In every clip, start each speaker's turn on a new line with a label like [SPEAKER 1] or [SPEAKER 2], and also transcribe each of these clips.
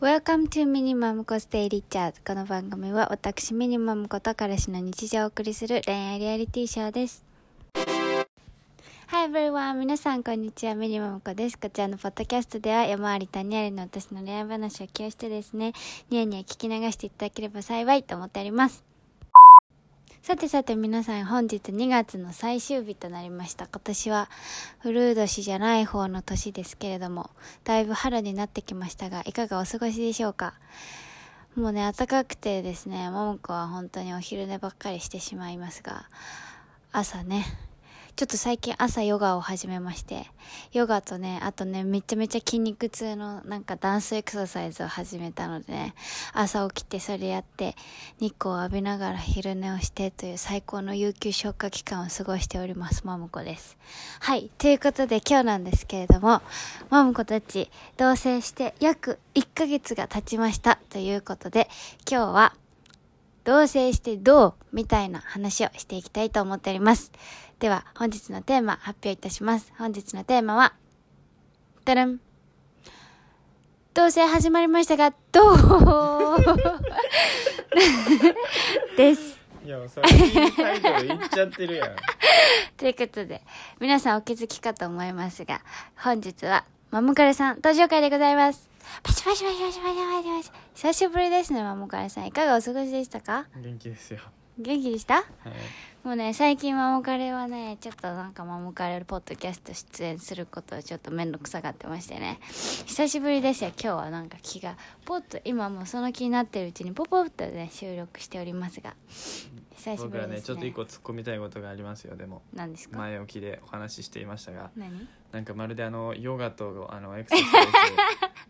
[SPEAKER 1] Welcome to ミニマムコステイリッチャーズこの番組は私ミニマムこと彼氏の日常をお送りする恋愛リアリティショーです Hi everyone 皆さんこんにちはミニマムコですこちらのポッドキャストでは山あり谷ありの私の恋愛話を共有してですねニヤニヤ聞き流していただければ幸いと思っておりますさてさて皆さん本日2月の最終日となりました今年はフルー年じゃない方の年ですけれどもだいぶ春になってきましたがいかがお過ごしでしょうかもうね暖かくてですねももこは本当にお昼寝ばっかりしてしまいますが朝ねちょっと最近朝ヨガを始めましてヨガとねあとねめちゃめちゃ筋肉痛のなんかダンスエクササイズを始めたのでね朝起きてそれやって日光を浴びながら昼寝をしてという最高の有給消化期間を過ごしておりますももこですはいということで今日なんですけれどもももこたち同棲して約1ヶ月が経ちましたということで今日は同棲してどうみたいな話をしていきたいと思っております。では、本日のテーマ発表いたします。本日のテーマは、たらん。同棲始まりましたが、どう です。
[SPEAKER 2] いやもうそれタイトル言っちゃってるやん
[SPEAKER 1] ということで、皆さんお気づきかと思いますが、本日は、マムカレさん、登場会でございます。パシパシパシパシパシパシパシ。久しぶりですね、マムカレさん。いかがお過ごしでしたか
[SPEAKER 2] 元気ですよ、
[SPEAKER 1] 元気でした
[SPEAKER 2] はい、
[SPEAKER 1] もうね最近マモカレはねちょっとなんかマモカレポッドキャスト出演することをちょっと面倒くさがってましてね久しぶりですよ今日はなんか気がポッと今もうその気になってるうちにポポッとね収録しておりますが久しぶ
[SPEAKER 2] 僕
[SPEAKER 1] りで
[SPEAKER 2] ら
[SPEAKER 1] すね
[SPEAKER 2] ねちょっと一個突っ込みたいことがありますよでも
[SPEAKER 1] 何ですか、
[SPEAKER 2] 前置きでお話ししていましたが
[SPEAKER 1] 何
[SPEAKER 2] なんかまるであのヨガとあのエクササイ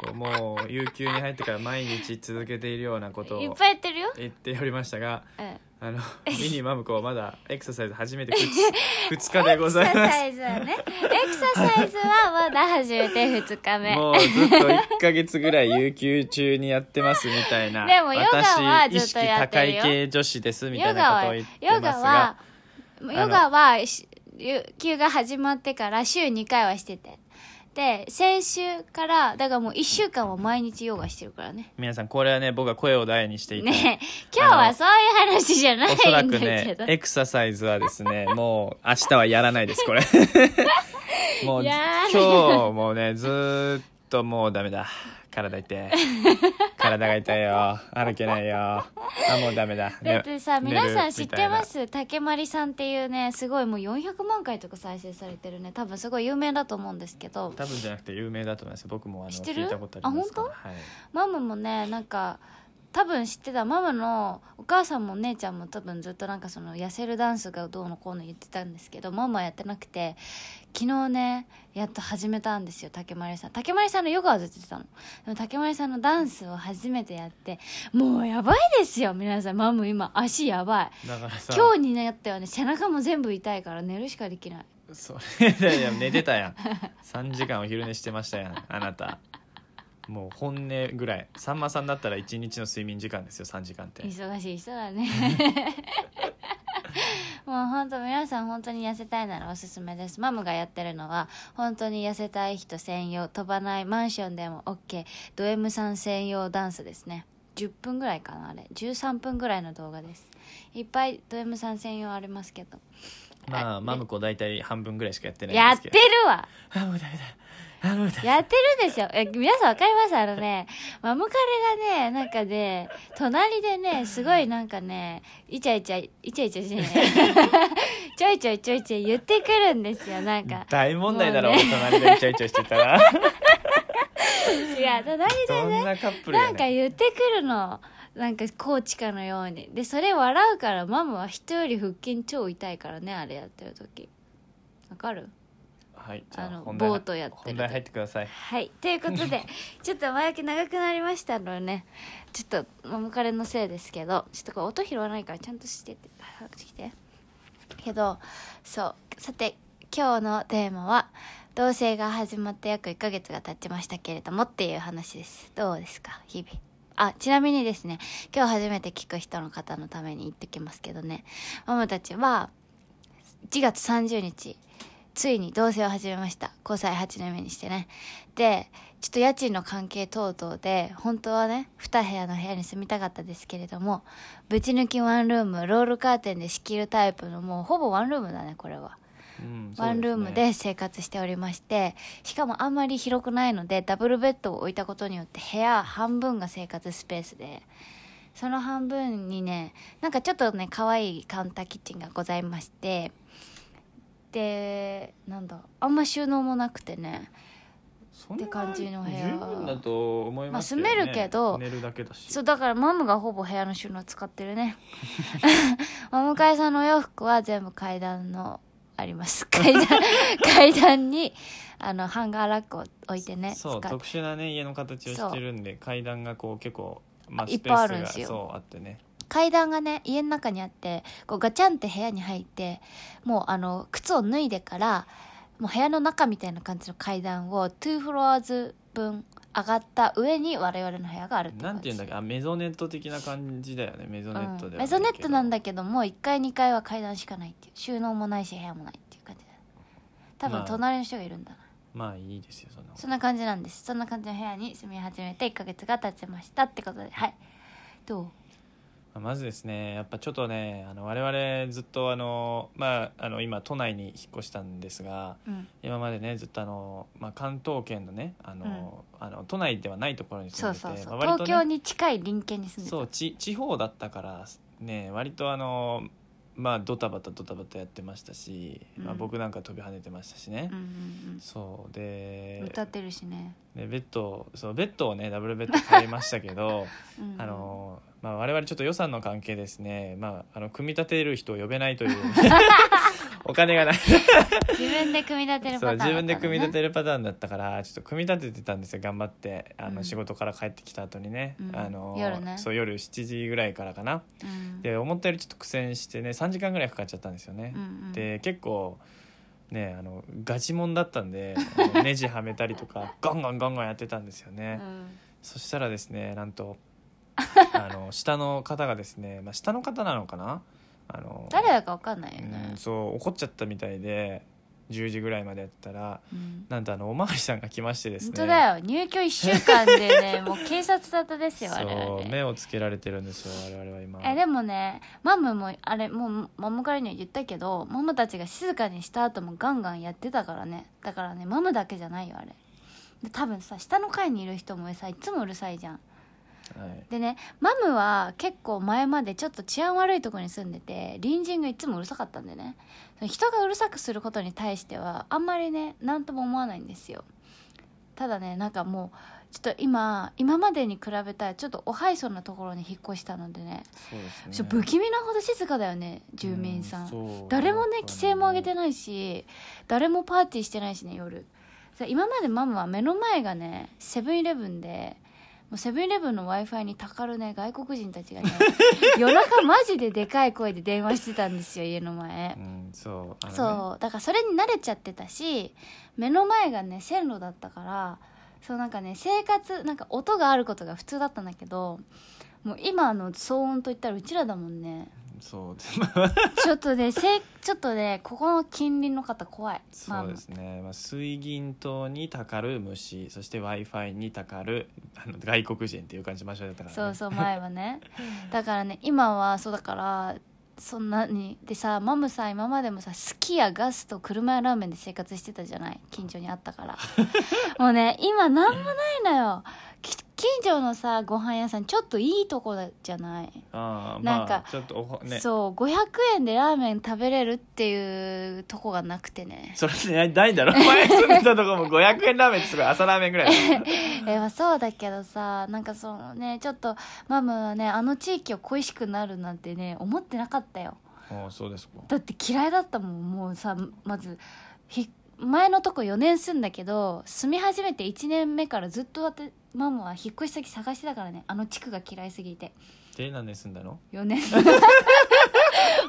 [SPEAKER 2] ズをもう有給に入ってから毎日続けているようなこと
[SPEAKER 1] いっ
[SPEAKER 2] を
[SPEAKER 1] ぱいやってるよ、
[SPEAKER 2] 言っておりましたが
[SPEAKER 1] うん
[SPEAKER 2] あ のミニマムコはまだエクササイズ初めて 2, 日でございま
[SPEAKER 1] エクササイ
[SPEAKER 2] す
[SPEAKER 1] ズはねエクササイズはまだ初めて2日目
[SPEAKER 2] もうずっと1か月ぐらい有給中にやってますみたい な
[SPEAKER 1] でもヨガはずっと
[SPEAKER 2] 私意
[SPEAKER 1] や
[SPEAKER 2] 識
[SPEAKER 1] って
[SPEAKER 2] 高
[SPEAKER 1] るよ
[SPEAKER 2] い系女子ですみた
[SPEAKER 1] ヨ
[SPEAKER 2] い
[SPEAKER 1] ガ
[SPEAKER 2] な
[SPEAKER 1] は
[SPEAKER 2] ことを言って
[SPEAKER 1] ヨ
[SPEAKER 2] ま
[SPEAKER 1] ガ
[SPEAKER 2] すが
[SPEAKER 1] はヨガはし有給が始まってから週2回はしててで先週からだからもう1週間は毎日ヨガしてるからね
[SPEAKER 2] 皆さんこれはね僕は声を大にしていて、
[SPEAKER 1] ねえ今日はそういう話じゃない
[SPEAKER 2] おそら
[SPEAKER 1] ん だ
[SPEAKER 2] く
[SPEAKER 1] け
[SPEAKER 2] ね
[SPEAKER 1] ど、
[SPEAKER 2] エクササイズはです ねもう明日はやらないですこれもう
[SPEAKER 1] いや
[SPEAKER 2] 今
[SPEAKER 1] ー
[SPEAKER 2] 日もねずーっともうダメだ体痛 い体が痛いよ歩けないよあもうダメだ
[SPEAKER 1] だってさ
[SPEAKER 2] ね
[SPEAKER 1] 皆さん知って
[SPEAKER 2] 寝るみたいな
[SPEAKER 1] ます竹まりさんっていうねすごいもう400万回とか再生されてるね多分すごい有名だと思うんですけど
[SPEAKER 2] 多分じゃなくて有名だと思います僕もあの
[SPEAKER 1] 知ってる
[SPEAKER 2] 聞いたことありますから
[SPEAKER 1] あ
[SPEAKER 2] はい
[SPEAKER 1] ママもねなんか多分知ってたママのお母さんもお姉ちゃんも多分ずっとなんかその痩せるダンスがどうのこうの言ってたんですけどママはやってなくて昨日ねやっと始めたんですよ竹丸さん竹丸さんのヨガはずっとやってたのでも竹丸さんのダンスを初めてやってもうやばいですよ皆さんママ今足やばい
[SPEAKER 2] だからさ
[SPEAKER 1] 今日になってはね背中も全部痛いから寝るしかできない
[SPEAKER 2] それだよ寝 てたやん3時間お昼寝してましたやんあなたもう本音ぐらいさんまさんだったら1日の睡眠時間ですよ3時間って
[SPEAKER 1] 忙しい人だねもう本当皆さん本当に痩せたいならおすすめですマムがやってるのは本当に痩せたい人専用飛ばないマンションでも OK ド M さん専用ダンスですね10分ぐらいかなあれ13分ぐらいの動画ですいっぱいド M さん専用ありますけど
[SPEAKER 2] まあマムコ大体半分ぐらいしかやってな
[SPEAKER 1] や
[SPEAKER 2] いん
[SPEAKER 1] っ
[SPEAKER 2] です
[SPEAKER 1] て
[SPEAKER 2] け
[SPEAKER 1] る
[SPEAKER 2] ど
[SPEAKER 1] わ
[SPEAKER 2] あもうダメだあもうダメだ
[SPEAKER 1] やってるんですよ。え、皆さんわかりますあの ね、マムカレがね、なんかね、隣でね、すごいなんかね、イチャイチャ、イチャイチャしない ちょいちょいちょいちょい言ってくるんですよ、なんか。
[SPEAKER 2] 大問題だろ、
[SPEAKER 1] もう
[SPEAKER 2] 俺隣でイチャイチャしてた ら
[SPEAKER 1] 違う、隣で
[SPEAKER 2] どん
[SPEAKER 1] ね、
[SPEAKER 2] なカップル
[SPEAKER 1] な
[SPEAKER 2] や
[SPEAKER 1] んか
[SPEAKER 2] ね
[SPEAKER 1] 言ってくるの。なんかコーチかのように。で、それ笑うから、ママは人より腹筋超痛いからね、あれやってる時。わかる
[SPEAKER 2] はいじゃ
[SPEAKER 1] あ
[SPEAKER 2] あ
[SPEAKER 1] の
[SPEAKER 2] 本題
[SPEAKER 1] ボートやってる
[SPEAKER 2] 本題入ってください
[SPEAKER 1] はい、ということでちょっと前置き長くなりましたのでねちょっとマムカレのせいですけどちょっとこれ音拾わないからちゃんとしてて早くしてきてけどそうさて今日のテーマは「同棲が始まって約1ヶ月が経ちましたけれども」っていう話ですどうですか日々あちなみにですね今日初めて聞く人の方のために言ってきますけどねママたちは1月30日ついに同棲を始めました5歳8年目にしてねでちょっと家賃の関係等々で本当はね2部屋の部屋に住みたかったですけれどもぶち抜きワンルームロールカーテンで仕切るタイプのもうほぼワンルームだねこれは。
[SPEAKER 2] うん
[SPEAKER 1] ワンルームで生活しておりまして、しかもあんまり広くないのでダブルベッドを置いたことによって部屋半分が生活スペースでその半分にねなんかちょっとね可愛いカウンターキッチンがございましてでなんだあんま収納もなくてね
[SPEAKER 2] そうですね
[SPEAKER 1] って感じの部屋
[SPEAKER 2] そんな十分だと思います
[SPEAKER 1] まあ住めるけど
[SPEAKER 2] 寝るだけだし
[SPEAKER 1] そうだからマムがほぼ部屋の収納使ってる ねお迎えさんのお洋服は全部階段のあります 階段階段にあのハンガーラックを置いてね
[SPEAKER 2] そう
[SPEAKER 1] 使っ
[SPEAKER 2] 特殊なね家の形をしてるんで階段がこう結構まあ
[SPEAKER 1] いっ
[SPEAKER 2] ス
[SPEAKER 1] ぱ
[SPEAKER 2] ペ
[SPEAKER 1] いあ
[SPEAKER 2] ー
[SPEAKER 1] るんです
[SPEAKER 2] ス
[SPEAKER 1] よ
[SPEAKER 2] がそうあってね
[SPEAKER 1] 階段がね家の中にあってこうガチャンって部屋に入ってもうあの靴を脱いでからもう部屋の中みたいな感じの階段を2フロアーズ分上がった上に我々の部屋があるって
[SPEAKER 2] なん
[SPEAKER 1] 感
[SPEAKER 2] て言う
[SPEAKER 1] じ
[SPEAKER 2] んだっけあメゾネット的な感じだよねメゾネットで
[SPEAKER 1] うん
[SPEAKER 2] は
[SPEAKER 1] メゾネットなん
[SPEAKER 2] だ
[SPEAKER 1] だけどもう1階2階は階段しかないっていう収納もないし部屋もないっていう感じだ多
[SPEAKER 2] ま
[SPEAKER 1] 分
[SPEAKER 2] あ
[SPEAKER 1] 隣の人がいるんだな、
[SPEAKER 2] まあいいですよそんなこと
[SPEAKER 1] そんな感じなんですそんな感じの部屋に住み始めて1ヶ月が経ちましたってことではいどう
[SPEAKER 2] まあまずですねやっぱちょっとねあの我々ずっとあの、まあ、あの今都内に引っ越したんですが
[SPEAKER 1] うん
[SPEAKER 2] 今までねずっとあの、まあ、関東圏のねあの、あの都内ではないところに住
[SPEAKER 1] そ
[SPEAKER 2] ん
[SPEAKER 1] う
[SPEAKER 2] でて、
[SPEAKER 1] そうそう、
[SPEAKER 2] まあ
[SPEAKER 1] 東
[SPEAKER 2] 割とね
[SPEAKER 1] 京に近い隣県に住んでた
[SPEAKER 2] そうち地方だったからね割とあのまあドタバタドタバタやってましたし、まあ、
[SPEAKER 1] うん
[SPEAKER 2] 僕なんか飛び跳ねてましたしね、
[SPEAKER 1] うんうん
[SPEAKER 2] そう
[SPEAKER 1] う
[SPEAKER 2] で
[SPEAKER 1] ん、歌ってるしね、
[SPEAKER 2] でベッドそうベッドをねダブルベッド買いましたけど
[SPEAKER 1] うんうん
[SPEAKER 2] あの、まあ、我々ちょっと予算の関係ですね、まあ、あの組み立てる人を呼べない というお金がない
[SPEAKER 1] 自分で組み立てる
[SPEAKER 2] そ
[SPEAKER 1] パター
[SPEAKER 2] う
[SPEAKER 1] ンだった
[SPEAKER 2] 自
[SPEAKER 1] のね
[SPEAKER 2] 分で組み立てるパターンだったからちょっと組み立ててたんですよ頑張ってあ
[SPEAKER 1] う
[SPEAKER 2] の、
[SPEAKER 1] ん
[SPEAKER 2] 仕事から帰ってきた後にね、
[SPEAKER 1] うん
[SPEAKER 2] あの
[SPEAKER 1] 夜ね
[SPEAKER 2] そう夜7時ぐらいからかな
[SPEAKER 1] うん
[SPEAKER 2] で思ったよりちょっと苦戦してね3時間ぐらいかかっちゃったんですよね
[SPEAKER 1] う、んうん
[SPEAKER 2] で結構ねあのガチもんだったんであ のネジはめたりとかガンガンガンガンやってたんですよね、
[SPEAKER 1] うん
[SPEAKER 2] そしたらですねな んとあの下の方がですね、まあ、下の方なのかなあの
[SPEAKER 1] 誰だかわかんないよ
[SPEAKER 2] う
[SPEAKER 1] ね
[SPEAKER 2] ん、そう怒っちゃったみたいで10時ぐらいまでやってたら
[SPEAKER 1] うん
[SPEAKER 2] なんとあのおまわりさんが来ましてですね
[SPEAKER 1] 本当だよ入居1週間で ねもう警察沙汰ですよ我
[SPEAKER 2] そう
[SPEAKER 1] 々
[SPEAKER 2] 目をつけられてるんですよ我々は今
[SPEAKER 1] えでもねマムもあれもうマムからには言ったけどマムたちが静かにした後もガンガンやってたからねだからねマムだけじゃないよあれで多分さ下の階にいる人もさいつもうるさいじゃん
[SPEAKER 2] はい、
[SPEAKER 1] でねマムは結構前までちょっと治安悪いとこに住んでて隣人がいつもうるさかったんでねその人がうるさくすることに対してはあんまりね何とも思わないんですよただねなんかもうちょっと今今までに比べたらちょっとおはいそなところに引っ越したのでね
[SPEAKER 2] そうですね
[SPEAKER 1] ちょ不気味なほど静かだよね住民さん
[SPEAKER 2] そう
[SPEAKER 1] 誰もね規制も上げて
[SPEAKER 2] い
[SPEAKER 1] ないし誰もパーティーしてないしね夜さ今までママは目の前がねセブンイレブンでもうセブンイレブンの w i f i にたかるね外国人たちが ね夜中マジででかい声で電話してたんですよ家の前
[SPEAKER 2] うんそうあのね
[SPEAKER 1] そうだからそれに慣れちゃってたし目の前がね線路だったからそうなんかね生活なんか音があることが普通だったんだけどもう今の騒音といったらうちらだもんね
[SPEAKER 2] そう
[SPEAKER 1] ちょっとねせいちょっとねここの近隣の方怖い
[SPEAKER 2] そうですね、まあ、水銀灯にたかる虫そして w i f i にたかるあの外国人っていう感じの場所だった
[SPEAKER 1] まあ
[SPEAKER 2] から、ね、
[SPEAKER 1] そうそう前は ねだからね今はそうだからそんなにでさマムさ今までもさスキやガスと車やラーメンで生活してたじゃない近所にあったから もうね今なんもないのよき近所のさご飯屋さんちょっといいとこじゃない
[SPEAKER 2] ああ
[SPEAKER 1] な
[SPEAKER 2] ま
[SPEAKER 1] ん
[SPEAKER 2] あ
[SPEAKER 1] か
[SPEAKER 2] ちょっとおほねそ
[SPEAKER 1] そう500円でラーメン食べれるっていうとこがなくてね
[SPEAKER 2] れねないんだろお 前住んでたとこも500円ラーメンってすごい朝ラーメンぐらいだよ
[SPEAKER 1] えまあそうだけどさなんかそのねちょっとマムはねあの地域を恋しくなるなんてね思ってなかったよ
[SPEAKER 2] ああそうですか
[SPEAKER 1] だって嫌いだったもんもうさまずひ前のとこ4年住んだけど住み始めて1年目からずっとわてマムは引っ越し先探してたからねあの地区が嫌いすぎて
[SPEAKER 2] で何年住んだの
[SPEAKER 1] 4年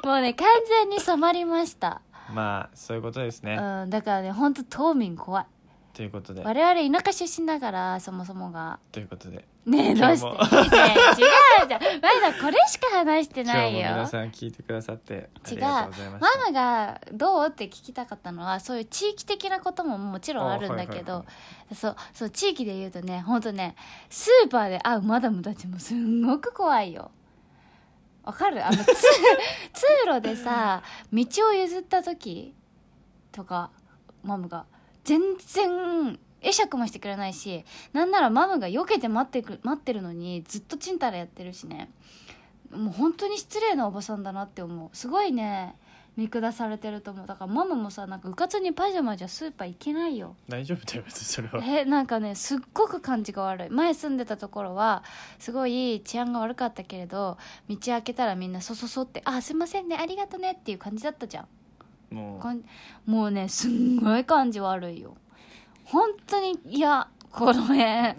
[SPEAKER 1] もうね完全に染まりました、
[SPEAKER 2] まあそういうことですね、
[SPEAKER 1] うん、だからねほんと島民怖い
[SPEAKER 2] ということで
[SPEAKER 1] 我々田舎出身だからそもそもが
[SPEAKER 2] ということで
[SPEAKER 1] ねえどう
[SPEAKER 2] 今日
[SPEAKER 1] して
[SPEAKER 2] も
[SPEAKER 1] いや違うじゃんまだこれしか話して
[SPEAKER 2] 今
[SPEAKER 1] ない
[SPEAKER 2] 日も
[SPEAKER 1] よ
[SPEAKER 2] 皆さん聞いてくださってあ
[SPEAKER 1] 違
[SPEAKER 2] り
[SPEAKER 1] う
[SPEAKER 2] がとうございま
[SPEAKER 1] マ
[SPEAKER 2] し
[SPEAKER 1] マ
[SPEAKER 2] た
[SPEAKER 1] がどうって聞きたかったのはそういう地域的なことももちろんあるんだけど、
[SPEAKER 2] あはいはいは
[SPEAKER 1] そうそう地域で言うとねほんとねスーパーで会うマダムたちもすんごく怖いよわかるあのつ通路でさ道を譲った時とかマムが全然会釈もしてくれないしなんならマムが避けて待ってく待ってるのにずっとチンタラやってるしねもう本当に失礼なおばさんだなって思うすごいね見下されてると思うだからママもさなんかうかつにパジャマじゃスーパー行けないよ
[SPEAKER 2] 大丈夫だよ別にそれは
[SPEAKER 1] えなんかねすっごく感じが悪い前住んでたところはすごい治安が悪かったけれど道開けたらみんなそそそって「あすいませんねありがとね」っていう感じだったじゃん
[SPEAKER 2] も
[SPEAKER 1] こんもうねすんごい感じ悪いよ本当にいやこの 辺
[SPEAKER 2] う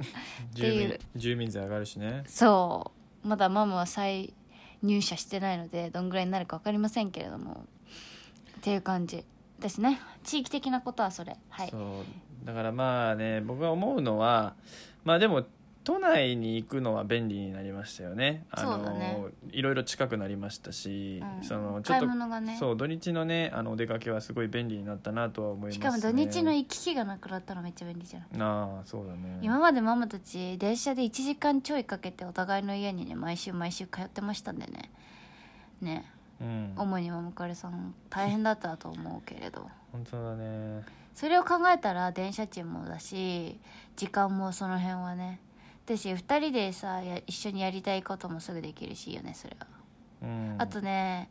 [SPEAKER 1] ていう
[SPEAKER 2] 住民住民税上がるしね
[SPEAKER 1] そうまだママは再入社してないのでどんぐらいになるか分かりませんけれどもっていう感じですね地域的なことはそれはい
[SPEAKER 2] そうだからまあね僕が思うのはまあでも都内に行くのは便利になりましたよねあの
[SPEAKER 1] そうだね
[SPEAKER 2] いろいろ近くなりましたし、
[SPEAKER 1] うん
[SPEAKER 2] そのちょ
[SPEAKER 1] 買
[SPEAKER 2] っ
[SPEAKER 1] い
[SPEAKER 2] と、
[SPEAKER 1] 物がね
[SPEAKER 2] そう土日のねあのお出かけはすごい便利になったなとは思います、
[SPEAKER 1] し
[SPEAKER 2] ね、
[SPEAKER 1] かも土日の行き来がなくなったらめっちゃ便利じゃん、
[SPEAKER 2] ああそうだね
[SPEAKER 1] 今までママたち電車で1時間ちょいかけてお互いの家にね毎週毎週通ってましたんでねね
[SPEAKER 2] うん
[SPEAKER 1] 主にママカレさん大変だったと思うけれど
[SPEAKER 2] 本当だね
[SPEAKER 1] それを考えたら電車賃もだし時間もその辺はねだし2人でさや一緒にやりたいこともすぐできるしいいよねそれは、
[SPEAKER 2] うん
[SPEAKER 1] あとね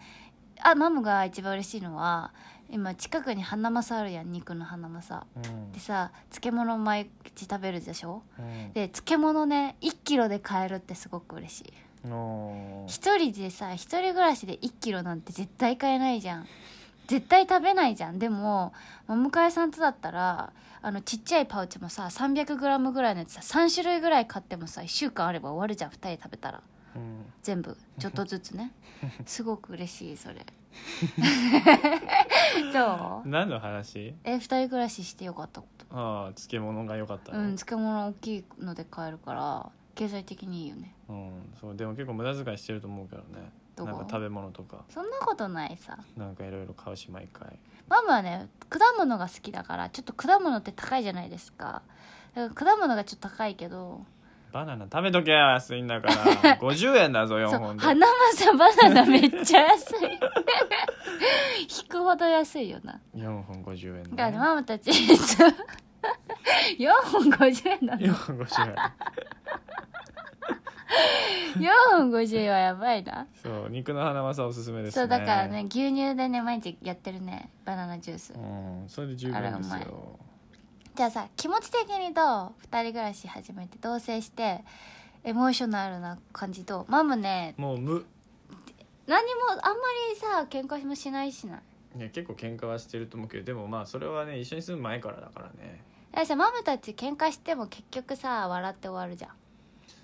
[SPEAKER 1] あマムが一番嬉しいのは今近くにハナマサあるやん肉のハナマサ
[SPEAKER 2] うん
[SPEAKER 1] でさ漬物毎日食べるでしょ
[SPEAKER 2] うん
[SPEAKER 1] で漬物ね1キロで買えるってすごく嬉しい
[SPEAKER 2] の
[SPEAKER 1] 一人でさ一人暮らしで1キロなんて絶対買えないじゃん絶対食べないじゃんでももむかえさんとだったらあのちっちゃいパウチもさ 300g ぐらいのやつさ3種類ぐらい買ってもさ1週間あれば終わるじゃん2人食べたら
[SPEAKER 2] うん
[SPEAKER 1] 全部ちょっとずつねすごく嬉しいそれ ど う
[SPEAKER 2] 何の話
[SPEAKER 1] え2人暮らししてよかったこと
[SPEAKER 2] ああ漬物が良かった
[SPEAKER 1] う
[SPEAKER 2] ね
[SPEAKER 1] ん漬物大きいので買えるから経済的にいいよね
[SPEAKER 2] うんそうでも結構無駄遣いしてると思うからね
[SPEAKER 1] どこ
[SPEAKER 2] なんか食べ物とか
[SPEAKER 1] そんなことないさ
[SPEAKER 2] なんかいろいろ買うし毎回
[SPEAKER 1] ママはね果物が好きだからちょっと果物って高いじゃないですかだから果物がちょっと高いけど
[SPEAKER 2] バナナ食べとけ安いんだから 50円だぞ
[SPEAKER 1] そう
[SPEAKER 2] 4本で
[SPEAKER 1] 花正バナナめっちゃ安い引くほど安いよな
[SPEAKER 2] 4本50円
[SPEAKER 1] だからね
[SPEAKER 2] だ、ね、
[SPEAKER 1] ママたちいつも4本50円なの
[SPEAKER 2] 4本50円
[SPEAKER 1] 4本50円はやばいな
[SPEAKER 2] そう肉の花はさおすすめですね
[SPEAKER 1] そうだからね牛乳でね毎日やってるねバナナジュース
[SPEAKER 2] うんそれで十分です
[SPEAKER 1] あらう
[SPEAKER 2] よ
[SPEAKER 1] じゃあさ気持ち的にどう2人暮らし始めて同棲してエモーショナルな感じどうママね
[SPEAKER 2] もう無
[SPEAKER 1] 何もあんまりさ喧嘩もしないしない
[SPEAKER 2] いや結構喧嘩はしてると思うけどでもまあそれはね一緒に住む前からだからね
[SPEAKER 1] だってさマムたち喧嘩しても結局さ笑って終わるじゃ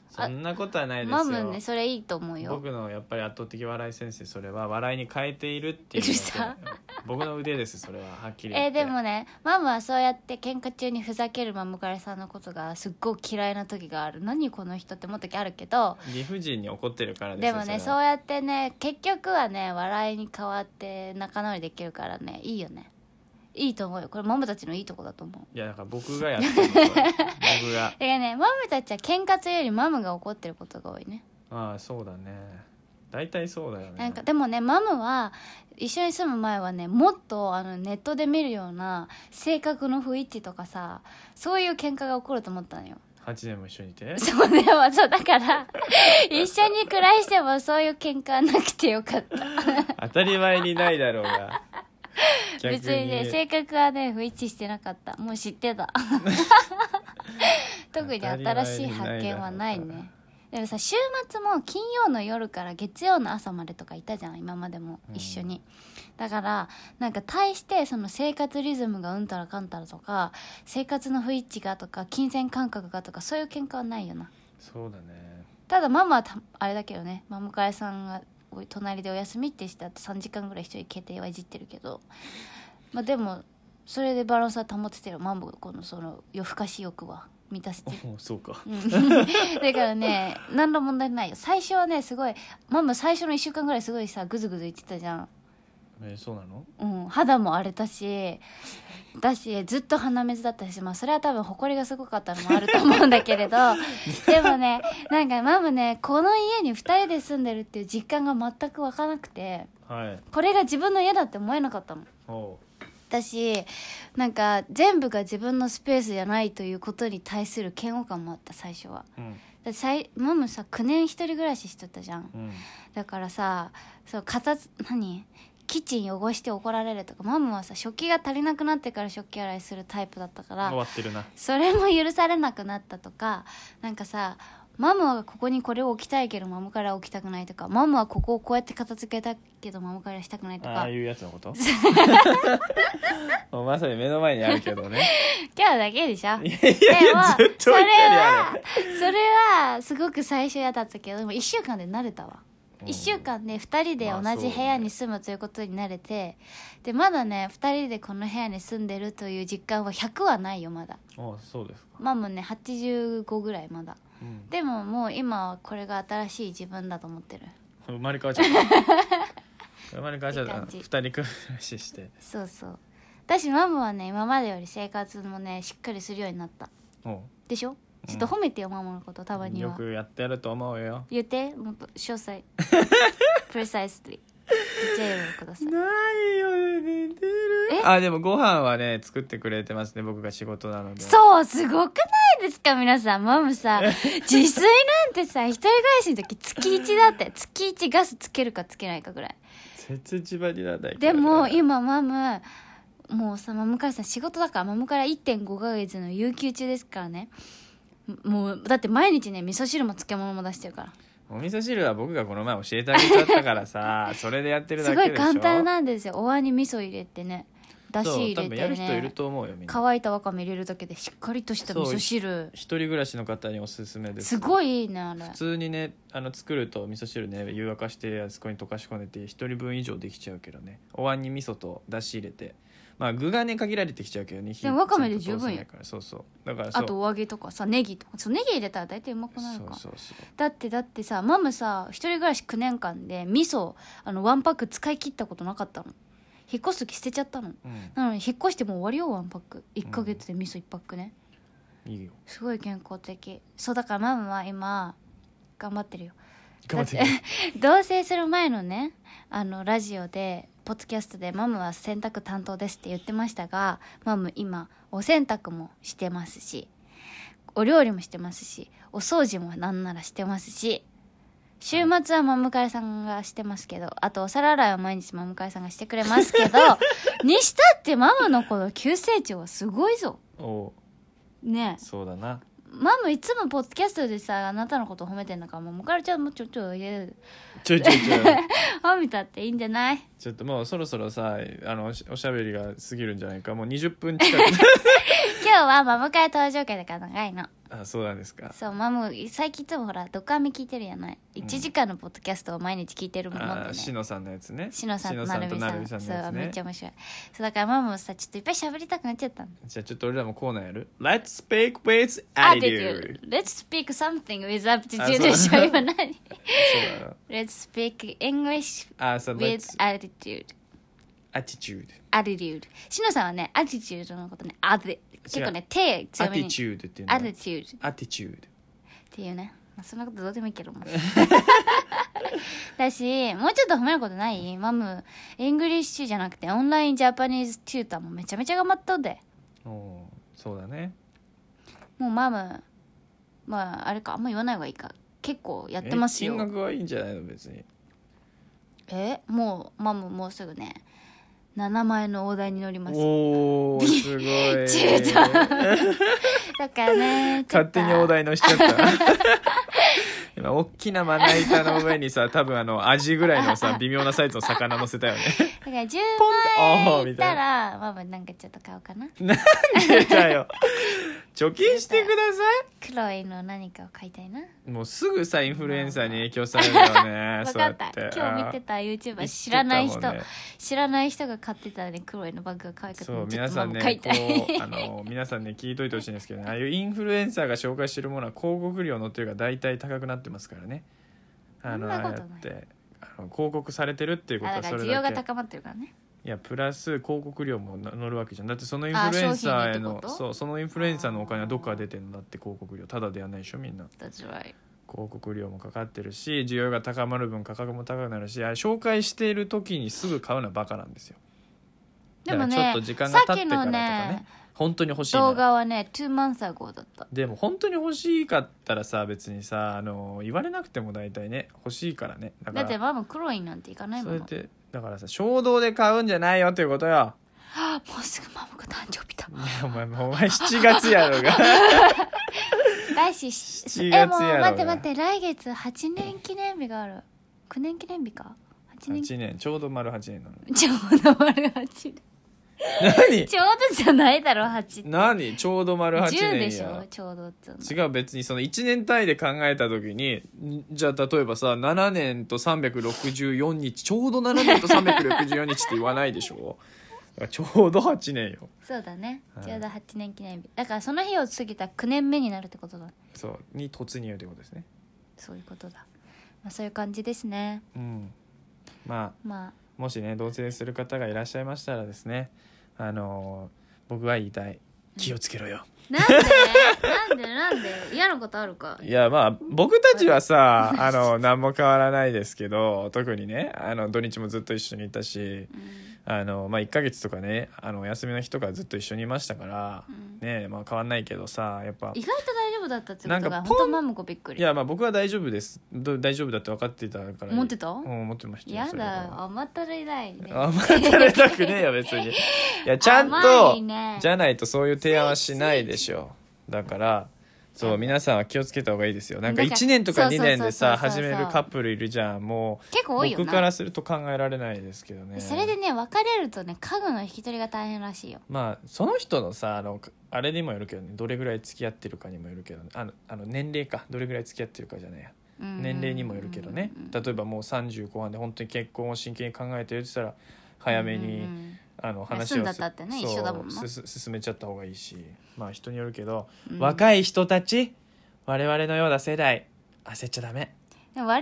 [SPEAKER 2] そんなことはない
[SPEAKER 1] ん
[SPEAKER 2] ですよ
[SPEAKER 1] マムねそれいいと思うよ
[SPEAKER 2] 僕のやっぱり圧倒的笑いセンスそれは笑いに変えているっていう
[SPEAKER 1] うるさ
[SPEAKER 2] ので僕の腕ですそれははっきり言
[SPEAKER 1] え
[SPEAKER 2] っ
[SPEAKER 1] ーで
[SPEAKER 2] て、
[SPEAKER 1] もねマムはそうやって喧嘩中にふざけるマムカレさんのことがすっごく嫌いな時がある何この人って思う時あるけど
[SPEAKER 2] 理不尽に怒ってるからです
[SPEAKER 1] で
[SPEAKER 2] よ
[SPEAKER 1] もね
[SPEAKER 2] れ
[SPEAKER 1] そ
[SPEAKER 2] は
[SPEAKER 1] うやってね結局はね笑いに変わって仲直りできるからねいいよねいいと思うよこれマムたちのいいとこだと思う
[SPEAKER 2] いやだから僕がやってるのそれ僕 が
[SPEAKER 1] だからねマムたちは喧嘩というよりマムが怒ってることが多いね
[SPEAKER 2] ああそうだね大体そうだよね
[SPEAKER 1] なんかでもねマムは一緒に住む前はねもっとあのネットで見るような性格の不一致とかさそういう喧嘩が起こると思ったのよ
[SPEAKER 2] 8年も一緒にいて
[SPEAKER 1] そうでもそうだから一緒に暮らしてもそういう喧嘩はなくてよかった
[SPEAKER 2] 当たり前にないだろうが逆
[SPEAKER 1] 別にね性格はね不一致してなかったもう知って た特に新しい発見はない
[SPEAKER 2] 当たり前にないだろう
[SPEAKER 1] ねでもさ週末も金曜の夜から月曜の朝までとかいたじゃん今までも一緒に、だからなんか対してその生活リズムがうんたらかんたらとか生活の不一致がとか金銭感覚がとかそういう喧嘩はないよな
[SPEAKER 2] そうだね
[SPEAKER 1] ただママはたあれだけどねマムカエさんがお隣でお休みってしたって3時間ぐらい一人携帯はいじってるけどまあでもそれでバランスは保ててるマンボこのその夜更かし欲は満たしてる
[SPEAKER 2] おそうか
[SPEAKER 1] うん だからね何の問題ないよ最初はねすごいマンボ最初の1週間ぐらいすごいさグズグズ言ってたじゃん、
[SPEAKER 2] えーそうなの
[SPEAKER 1] うん、肌も荒れたしだしずっと鼻水だったし、まあ、それは多分埃がすごかったのもあると思うんだけれどでもねなんかマムねこの家に2人で住んでるっていう実感が全く湧かなくて
[SPEAKER 2] はい
[SPEAKER 1] これが自分の家だって思えなかったの。
[SPEAKER 2] お
[SPEAKER 1] だしなんか全部が自分のスペースじゃないということに対する嫌悪感もあった最初は
[SPEAKER 2] ううん
[SPEAKER 1] だってさいマムさ9年一人暮らししとったじゃん
[SPEAKER 2] うん
[SPEAKER 1] だからさそう片付何キッチン汚して怒られるとかマムはさ食器が足りなくなってから食器洗いするタイプだったか
[SPEAKER 2] 終
[SPEAKER 1] ら
[SPEAKER 2] わってるな
[SPEAKER 1] それも許されなくなったとかなんかさマムはここにこれを置きたいけどマムから置きたくないとかマムはここをこうやって片付けたけどマムからしたくないと
[SPEAKER 2] あ
[SPEAKER 1] か
[SPEAKER 2] あいうやつのこと もうまさに目の前にあるけどね
[SPEAKER 1] 今日だけでしょ
[SPEAKER 2] いやいやいやずっ
[SPEAKER 1] そ
[SPEAKER 2] と
[SPEAKER 1] れ
[SPEAKER 2] 置いてあるや
[SPEAKER 1] は
[SPEAKER 2] ん
[SPEAKER 1] それはすごく最初嫌だったけどでも1週間で慣れたわ
[SPEAKER 2] うん
[SPEAKER 1] 1週間で2人で
[SPEAKER 2] まあ
[SPEAKER 1] 同じ部屋に住むということに慣れてでまだね2人でこの部屋に住んでるという実感は100はないよまだ
[SPEAKER 2] あそうですか、
[SPEAKER 1] ママね85ぐらいまだ
[SPEAKER 2] うん、
[SPEAKER 1] でももう今はこれが新しい自分だと思ってる
[SPEAKER 2] 生まれ変わっちゃった生まれ変わっちゃっ
[SPEAKER 1] いい
[SPEAKER 2] た
[SPEAKER 1] 感じ
[SPEAKER 2] 二人暮らしして
[SPEAKER 1] そうそうだしママはね今までより生活もねしっかりするようになった
[SPEAKER 2] おう
[SPEAKER 1] でしょちょっと褒めてよママのことたまには
[SPEAKER 2] よくやってやると思うよ
[SPEAKER 1] 言ってもっと詳 細 precisely ディテールをください
[SPEAKER 2] ないよ寝てるあでもご飯はね作ってくれてますね僕が仕事なので
[SPEAKER 1] そうすごくないですか皆さんマムさ自炊なんて さ一人暮らしの時月1だって月1ガスつけるかつけないかぐらい
[SPEAKER 2] 切ちばりなんだけど
[SPEAKER 1] でも今マムもうさマムからさ仕事だからマムから1.5ヶ月の有給中ですからねもうだって毎日ね味噌汁も漬物も出してるから
[SPEAKER 2] お味噌汁は僕がこの前教えてあげちゃったからさそれでやってる
[SPEAKER 1] す
[SPEAKER 2] だけ
[SPEAKER 1] ご
[SPEAKER 2] でし
[SPEAKER 1] い
[SPEAKER 2] ょ
[SPEAKER 1] 簡単なんですよお椀に味噌入れてねだし
[SPEAKER 2] そう
[SPEAKER 1] 入
[SPEAKER 2] 多
[SPEAKER 1] れ
[SPEAKER 2] 分や
[SPEAKER 1] て
[SPEAKER 2] る人いる
[SPEAKER 1] ね
[SPEAKER 2] と思うよみんな
[SPEAKER 1] 乾いたわかめ入れるだけでしっかりとした味噌汁
[SPEAKER 2] 一人暮らしの方におすすめです
[SPEAKER 1] すごいいいねあれ
[SPEAKER 2] 普通にねあの作ると味噌汁ね湯沸かしてあそこに溶かし込んでて一人分以上できちゃうけどねお椀に味噌とだし入れてまあ具がね限られてきちゃうけどね
[SPEAKER 1] でもわかめで十分よ
[SPEAKER 2] 火ちゃんと通せないからそうそうだからそう
[SPEAKER 1] あとお揚げとかさネギとかそうネギ入れたら大体うまくなる
[SPEAKER 2] そ
[SPEAKER 1] か
[SPEAKER 2] うそうそう
[SPEAKER 1] だってだってさマムさ一人暮らし9年間で味噌あのワンパック使い切ったことなかったの引っ越す時捨てちゃったの
[SPEAKER 2] うん
[SPEAKER 1] なのに引っ越してもう終わりよワンパック1ヶ月で味噌1パックね、
[SPEAKER 2] いいよ
[SPEAKER 1] すごい健康的そうだからマムは今頑張ってるよ
[SPEAKER 2] 頑張って
[SPEAKER 1] だって同棲する前のねあのラジオでポッドキャストで「マムは洗濯担当です」って言ってましたがマム今お洗濯もしてますしお料理もしてますしお掃除もなんならしてますし週末はマムカレさんがしてますけどあとお皿洗いは毎日マムカレさんがしてくれますけどにしたってマムのこの急成長はすごいぞ
[SPEAKER 2] おう
[SPEAKER 1] ねえ
[SPEAKER 2] そうだな
[SPEAKER 1] マムいつもポッドキャストでさあなたのこと褒めてんだからマムカレちゃんもちょちょいえ
[SPEAKER 2] ちょいちょいちょい
[SPEAKER 1] あみたっていいんじゃない
[SPEAKER 2] ちょっともうそろそろさあのおしおしゃべりが過ぎるんじゃないかもう20分近く
[SPEAKER 1] 今日はマム会登場会だから長いの
[SPEAKER 2] あそうなんですか
[SPEAKER 1] そうマム最近いつもほらドカミ聞いてるやない
[SPEAKER 2] ん
[SPEAKER 1] 1時間のポッドキャストを毎日聞いてるものっ
[SPEAKER 2] あ
[SPEAKER 1] て
[SPEAKER 2] し
[SPEAKER 1] ね
[SPEAKER 2] のさんのやつね
[SPEAKER 1] しのさんとな
[SPEAKER 2] 篠
[SPEAKER 1] るみさん
[SPEAKER 2] さん
[SPEAKER 1] そう
[SPEAKER 2] の
[SPEAKER 1] め
[SPEAKER 2] や
[SPEAKER 1] っ
[SPEAKER 2] つ
[SPEAKER 1] ちゃ
[SPEAKER 2] ね
[SPEAKER 1] 面白いそうだからマムもさちょっといっぱい喋りたくなっちゃったの
[SPEAKER 2] じゃあちょっと俺らもコーナーやる Let's speak with
[SPEAKER 1] あできる
[SPEAKER 2] attitude
[SPEAKER 1] Let's speak something with aptitude でしょ今何
[SPEAKER 2] そうだな
[SPEAKER 1] Let's speak English
[SPEAKER 2] あそう
[SPEAKER 1] with
[SPEAKER 2] Let's
[SPEAKER 1] attitude
[SPEAKER 2] attitude
[SPEAKER 1] attitude しのさんはね attitude のことねあで結構ね手強めに
[SPEAKER 2] attitude っていうの
[SPEAKER 1] attitude
[SPEAKER 2] attitude
[SPEAKER 1] っていうね、まあ、そんなことどうでもいいけども だしもうちょっと褒めることないマムイングリッシュじゃなくてオンラインジャパニーズチューターもめちゃめちゃ頑張っとんで
[SPEAKER 2] おーそうだね
[SPEAKER 1] もうマムまああれかあんま言わない方がいいか結構やってます
[SPEAKER 2] え
[SPEAKER 1] よ
[SPEAKER 2] 金額はいいんじゃないの別に
[SPEAKER 1] えもうマムもうすぐね7万円の大台に乗ります
[SPEAKER 2] おお すごい
[SPEAKER 1] 中途だからね
[SPEAKER 2] 勝手に大
[SPEAKER 1] 台
[SPEAKER 2] 台のしちゃった 今大きなまな板の上にさ多分あのアジぐらい のさ微妙なサイズの魚乗せたよね
[SPEAKER 1] だから10
[SPEAKER 2] あ
[SPEAKER 1] 万
[SPEAKER 2] ー
[SPEAKER 1] 円いっ
[SPEAKER 2] みた
[SPEAKER 1] た
[SPEAKER 2] い
[SPEAKER 1] らマムなんかちょっと買おうかな
[SPEAKER 2] 出たよ貯金してくださ
[SPEAKER 1] 黒いの何かを買いたいない
[SPEAKER 2] もうすぐさインフルエンサーに影響されるよね
[SPEAKER 1] 分
[SPEAKER 2] そうや
[SPEAKER 1] かってた今日見てた
[SPEAKER 2] あー
[SPEAKER 1] YouTuber 知らない
[SPEAKER 2] 言
[SPEAKER 1] 人、
[SPEAKER 2] ってたもんね
[SPEAKER 1] 知らない人が買ってたね黒いのバッグが可愛かった
[SPEAKER 2] そう
[SPEAKER 1] ちょ
[SPEAKER 2] 皆
[SPEAKER 1] っと
[SPEAKER 2] さ
[SPEAKER 1] マ
[SPEAKER 2] ん
[SPEAKER 1] マ
[SPEAKER 2] ね
[SPEAKER 1] も買い
[SPEAKER 2] こ
[SPEAKER 1] たい
[SPEAKER 2] うあの皆さんね聞いといてほしいんですけどねああいうインフルエンサーが紹介してるものは広告料のっていうか大体高くなってますからねあ
[SPEAKER 1] そ
[SPEAKER 2] の
[SPEAKER 1] んな
[SPEAKER 2] ああ
[SPEAKER 1] こ
[SPEAKER 2] や
[SPEAKER 1] と
[SPEAKER 2] っ
[SPEAKER 1] ない
[SPEAKER 2] てあの広告されてるっていうこと
[SPEAKER 1] あだ
[SPEAKER 2] は
[SPEAKER 1] か
[SPEAKER 2] そ
[SPEAKER 1] ら
[SPEAKER 2] れ
[SPEAKER 1] 需要が
[SPEAKER 2] だけ
[SPEAKER 1] 高まってるからね
[SPEAKER 2] いやプラス広告料もな乗るわけじゃんだってそのインフルエンサーへ
[SPEAKER 1] あ商品にっ
[SPEAKER 2] の
[SPEAKER 1] てこと
[SPEAKER 2] そうそのインフルエンサーのお金はどっから出てるのだって広告料ただでやんないでしょみんな
[SPEAKER 1] That's right
[SPEAKER 2] 広告料もかかってるし需要が高まる分価格も高くなるしあれ紹介している時にすぐ買うのはバカなんですよ
[SPEAKER 1] でもね
[SPEAKER 2] だからちょっと時間が経ってからとか
[SPEAKER 1] さっきの
[SPEAKER 2] ね
[SPEAKER 1] ね
[SPEAKER 2] 本当に欲しいなら
[SPEAKER 1] 動画はね2 months ago だった
[SPEAKER 2] でも本当に欲しかったらさ別にさあの言われなくても大体ね欲しいからねだか
[SPEAKER 1] だ
[SPEAKER 2] ら
[SPEAKER 1] ってママ黒いなんていかない
[SPEAKER 2] そ
[SPEAKER 1] もん
[SPEAKER 2] れ
[SPEAKER 1] は
[SPEAKER 2] ってだからさ衝動で買うんじゃないよっていうことよ
[SPEAKER 1] あもうすぐママが誕生日だ
[SPEAKER 2] いやお前お前7月 やろうが
[SPEAKER 1] 来週
[SPEAKER 2] 7
[SPEAKER 1] し
[SPEAKER 2] 月や
[SPEAKER 1] え
[SPEAKER 2] ろ
[SPEAKER 1] もう
[SPEAKER 2] うが
[SPEAKER 1] 待って待って来月8年記念日がある9年記念日か8年
[SPEAKER 2] 8年ちょうど丸8年なの
[SPEAKER 1] ちょうど丸8
[SPEAKER 2] 何
[SPEAKER 1] ちょうどじゃないだろ8
[SPEAKER 2] 何ちょうど丸8
[SPEAKER 1] 10で
[SPEAKER 2] 年
[SPEAKER 1] しょ
[SPEAKER 2] や
[SPEAKER 1] ちょうどっていうの
[SPEAKER 2] 違う別にその1年単位で考えた時にんじゃあ例えばさ7年と364日ちょうど7年と364日って言わないでしょだからちょうど8年よ
[SPEAKER 1] そうだね
[SPEAKER 2] はい
[SPEAKER 1] ちょうど8年記念日だからその日を過ぎた9年目になるってことだ
[SPEAKER 2] そうに突入ということですね
[SPEAKER 1] そういうことだ、まあ、そういう感じですね
[SPEAKER 2] うんま
[SPEAKER 1] まあ
[SPEAKER 2] あもしね同棲する方がいらっしゃいましたらですねあのー僕は言いたい気をつけろよ
[SPEAKER 1] なんでなん でなんで嫌なことあるか
[SPEAKER 2] いやまあ僕たちはさあの何も変わらないですけど特にねあの土日もずっと一緒にいたし
[SPEAKER 1] うん
[SPEAKER 2] あの、まあ、1ヶ月とかねあのお休みの日とかずっと一緒にいましたから、
[SPEAKER 1] うん
[SPEAKER 2] ねまあ、変わんないけどさやっぱ
[SPEAKER 1] 意外と大丈夫だったってこ
[SPEAKER 2] な
[SPEAKER 1] と
[SPEAKER 2] んか
[SPEAKER 1] が
[SPEAKER 2] ポン
[SPEAKER 1] 本当マムコびっく
[SPEAKER 2] い
[SPEAKER 1] り
[SPEAKER 2] やまあ僕は大丈夫ですど大丈夫だって分かっていたから
[SPEAKER 1] 思ってた
[SPEAKER 2] うん思ってましたよ
[SPEAKER 1] や
[SPEAKER 2] それは
[SPEAKER 1] だ 甘ったるいないね
[SPEAKER 2] あんま食べたくねえよ別にいやちゃん
[SPEAKER 1] 甘
[SPEAKER 2] と、
[SPEAKER 1] いね
[SPEAKER 2] じゃないとそういう提案はしないでしょだからそう皆さんは気をつけた方がいいですよなんか
[SPEAKER 1] だから
[SPEAKER 2] 1年とか
[SPEAKER 1] そうそう
[SPEAKER 2] 2
[SPEAKER 1] そう
[SPEAKER 2] 年でさ
[SPEAKER 1] そうそうそ
[SPEAKER 2] 始
[SPEAKER 1] う
[SPEAKER 2] めるカップルいるじゃんも
[SPEAKER 1] 結構
[SPEAKER 2] う
[SPEAKER 1] 多いよな
[SPEAKER 2] 僕からすると考えられないですけどね
[SPEAKER 1] それでね別れるとね家具の引き取りが大変らしいよ
[SPEAKER 2] まあその人のさあのあれにもよるけどねどれぐらい付き合ってるかにもよるけど、ね、あのあの年齢かどれぐらい付き合ってるかじゃないや年齢にもよるけどね例えばもう30後半で本当に結婚を真剣に考えてるって言ったら早めに。あの話
[SPEAKER 1] 休ん
[SPEAKER 2] を
[SPEAKER 1] だ
[SPEAKER 2] す
[SPEAKER 1] ったってね
[SPEAKER 2] そう
[SPEAKER 1] 一緒だもんな
[SPEAKER 2] すす進めちゃった方がいいしまあ人によるけど、
[SPEAKER 1] い
[SPEAKER 2] 若い人たち我々のような世代焦っちゃダメ、
[SPEAKER 1] 我々は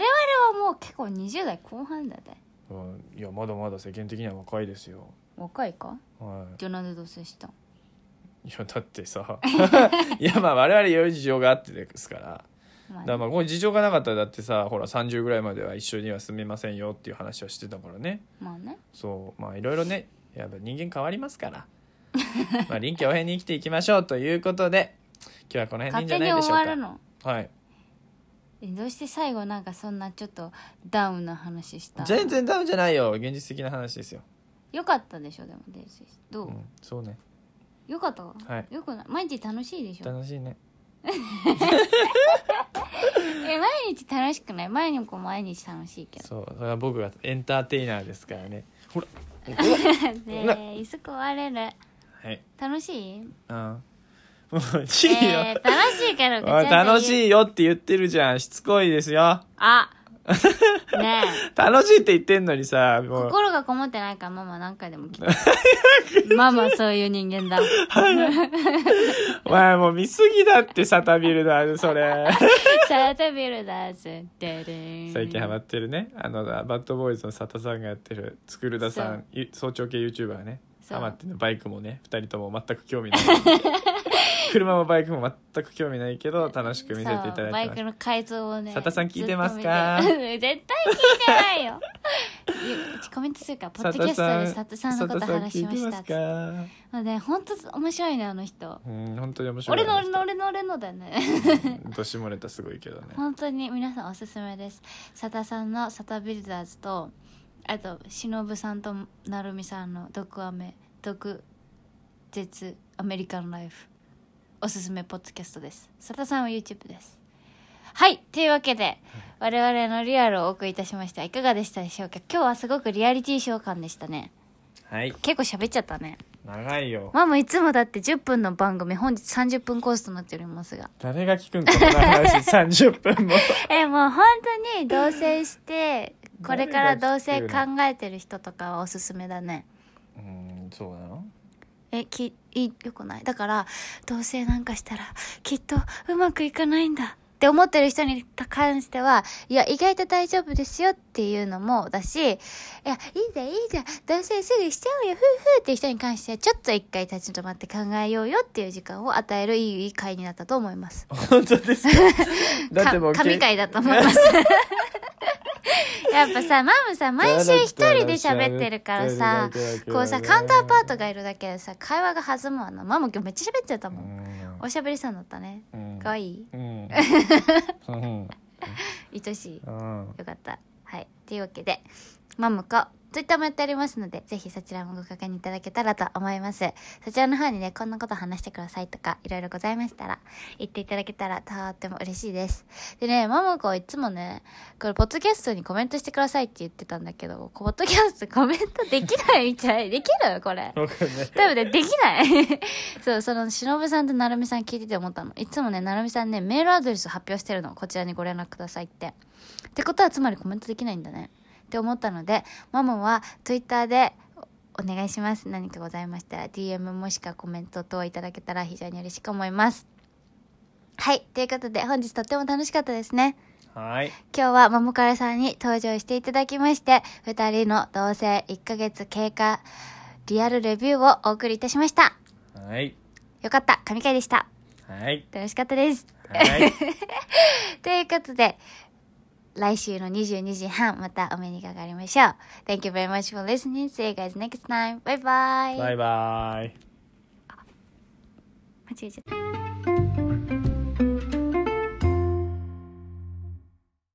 [SPEAKER 1] もう結構20代後半だね
[SPEAKER 2] うん、いやまだまだ世間的には若いですよ、
[SPEAKER 1] 若いか
[SPEAKER 2] は
[SPEAKER 1] じゃあなんで同棲したん
[SPEAKER 2] い、いやだってさ いやまあ我々いろいろ事情があってですから
[SPEAKER 1] ま
[SPEAKER 2] だ
[SPEAKER 1] あね
[SPEAKER 2] からまあこういう事情がなかったらだってさほら30ぐらいまでは一緒には住めませんよっていう話はしてたからね
[SPEAKER 1] まあね
[SPEAKER 2] そうまあいろいろねやっぱ人間変わりますから まあ臨機応変に生きていきましょうということで今日はこの辺
[SPEAKER 1] 勝
[SPEAKER 2] でい
[SPEAKER 1] 手に
[SPEAKER 2] いんじゃないでし
[SPEAKER 1] 終
[SPEAKER 2] ょう
[SPEAKER 1] わ
[SPEAKER 2] か
[SPEAKER 1] るの
[SPEAKER 2] はい
[SPEAKER 1] えどうして最後なんかそんなちょっとダウンな話した
[SPEAKER 2] 全然ダウンじゃないよ現実的な話ですよ、
[SPEAKER 1] よかったでしょでもデイジーど
[SPEAKER 2] う、
[SPEAKER 1] うん
[SPEAKER 2] そうね
[SPEAKER 1] よかったわ
[SPEAKER 2] はい
[SPEAKER 1] よくない毎日楽しいでしょ
[SPEAKER 2] 楽しいね
[SPEAKER 1] え毎日楽しくない毎日毎日楽しいけど
[SPEAKER 2] そうそれは僕がエンターテイナーですからね ほら
[SPEAKER 1] ねえいすくわれる
[SPEAKER 2] はい
[SPEAKER 1] 楽しい
[SPEAKER 2] あもういいよ、
[SPEAKER 1] えー楽しいから
[SPEAKER 2] おい楽し
[SPEAKER 1] い
[SPEAKER 2] いよって言ってるじゃんしつこいですよ
[SPEAKER 1] あ ねえ
[SPEAKER 2] 楽しいって言ってんのにさもう
[SPEAKER 1] 心がこもってないからママ何回でも聞くママそういう人間だ
[SPEAKER 2] お前もう見すぎだってサタビルだそ れ
[SPEAKER 1] サータビルダーズデデン
[SPEAKER 2] 最近ハマってるねあのバッドボーイズのサタさんがやってるつくるださんゆ早朝系 YouTuber がね
[SPEAKER 1] そう
[SPEAKER 2] ハマってるのバイクもね2人とも全く興 味ない車もバイクも全く興味ないけど楽しく見せていた
[SPEAKER 1] そう
[SPEAKER 2] だ
[SPEAKER 1] バ
[SPEAKER 2] い
[SPEAKER 1] イ
[SPEAKER 2] て
[SPEAKER 1] ク
[SPEAKER 2] ま
[SPEAKER 1] の
[SPEAKER 2] す
[SPEAKER 1] 改造をね
[SPEAKER 2] 佐田さん聞いてますか
[SPEAKER 1] ずっと見てる絶対聞いてないよいやコメントするから ポッドキャストで佐田さんのこと話しま
[SPEAKER 2] 佐
[SPEAKER 1] し
[SPEAKER 2] 田
[SPEAKER 1] た
[SPEAKER 2] さ
[SPEAKER 1] っ
[SPEAKER 2] ん聞いてますか
[SPEAKER 1] まあね本当面白いねあの人
[SPEAKER 2] うん本当に面白い
[SPEAKER 1] 俺の俺の俺の俺のだね
[SPEAKER 2] うん年もれたすごい けど ね
[SPEAKER 1] 本当に皆さんおすすめです佐田さんの佐田ビルダーズとあと忍さんと成美さんの「毒アメ毒絶アメリカンライフ」おすすめポッドキャストです佐田さんは YouTube ですはいというわけで我々のリアルをお送りいたしましたいかがでしたでしょうか今日はすごくリアリティショー感でしたね
[SPEAKER 2] はい
[SPEAKER 1] 結構喋っちゃったね
[SPEAKER 2] 長いよ
[SPEAKER 1] マムいつもだって10分の番組本日30分コースとなっておりますが
[SPEAKER 2] 誰が聞くんかこの話30分も
[SPEAKER 1] えもう本当に同棲してこれから同棲考えてる人とかはおすすめだね
[SPEAKER 2] うんそうなの
[SPEAKER 1] えきいいよくないだから同棲なんかしたらきっとうまくいかないんだって思ってる人に関してはいや意外と大丈夫ですよっていうのもだしいやいいじゃんいいじゃん同棲すぐしちゃおうよふうふうっていう人に関してはちょっと一回立ち止まって考えようよっていう時間を与えるいい会になったと思います
[SPEAKER 2] 本当ですかだってもう
[SPEAKER 1] か神回だと思い ますやっぱさマムさ毎週一人で喋ってるからさこうさカウンターパートがいるだけでさ会話が弾むわなマム今日めっちゃ喋ってたもんおしゃべりさんだったね
[SPEAKER 2] うん
[SPEAKER 1] かわいい
[SPEAKER 2] うんうん
[SPEAKER 1] 愛しい
[SPEAKER 2] うん
[SPEAKER 1] よかったはいというわけでマムコツイッターもやっておりますのでぜひそちらもご確認いただけたらと思いますそちらの方にねこんなこと話してくださいとかいろいろございましたら言っていただけたらとっても嬉しいですでねマムコいつもねこれポッドキャストにコメントしてくださいって言ってたんだけどポッドキャストコメントできないみたいできるこれ
[SPEAKER 2] わかんない
[SPEAKER 1] 多分ね、できない。 そう、その、しのぶさんとなるみさん聞いてて思ったの。いつもね、なるみさんね、メールアドレス発表してるの。こちらにご連絡くださいって。ってことは、つまりコメントできないんだね。って思ったので、マモは Twitter でおお願いします。何かございましたら、DM もしくはコメント等いただけたら非常に嬉しく思います。はい。ということで、本日とっても楽しかったですね。
[SPEAKER 2] はい
[SPEAKER 1] 今日はマモカレさんに登場していただきまして、二人の同棲1ヶ月経過リアルレビューをお送りいたしました。
[SPEAKER 2] はい
[SPEAKER 1] よかった、神回でした。
[SPEAKER 2] はい
[SPEAKER 1] 楽しかったです。
[SPEAKER 2] はい
[SPEAKER 1] ということで、来週の22時半、またお目にかかりましょう。Thank you very much for listening. See you guys next time. Bye bye.
[SPEAKER 2] バイバイ
[SPEAKER 1] 間違えちゃった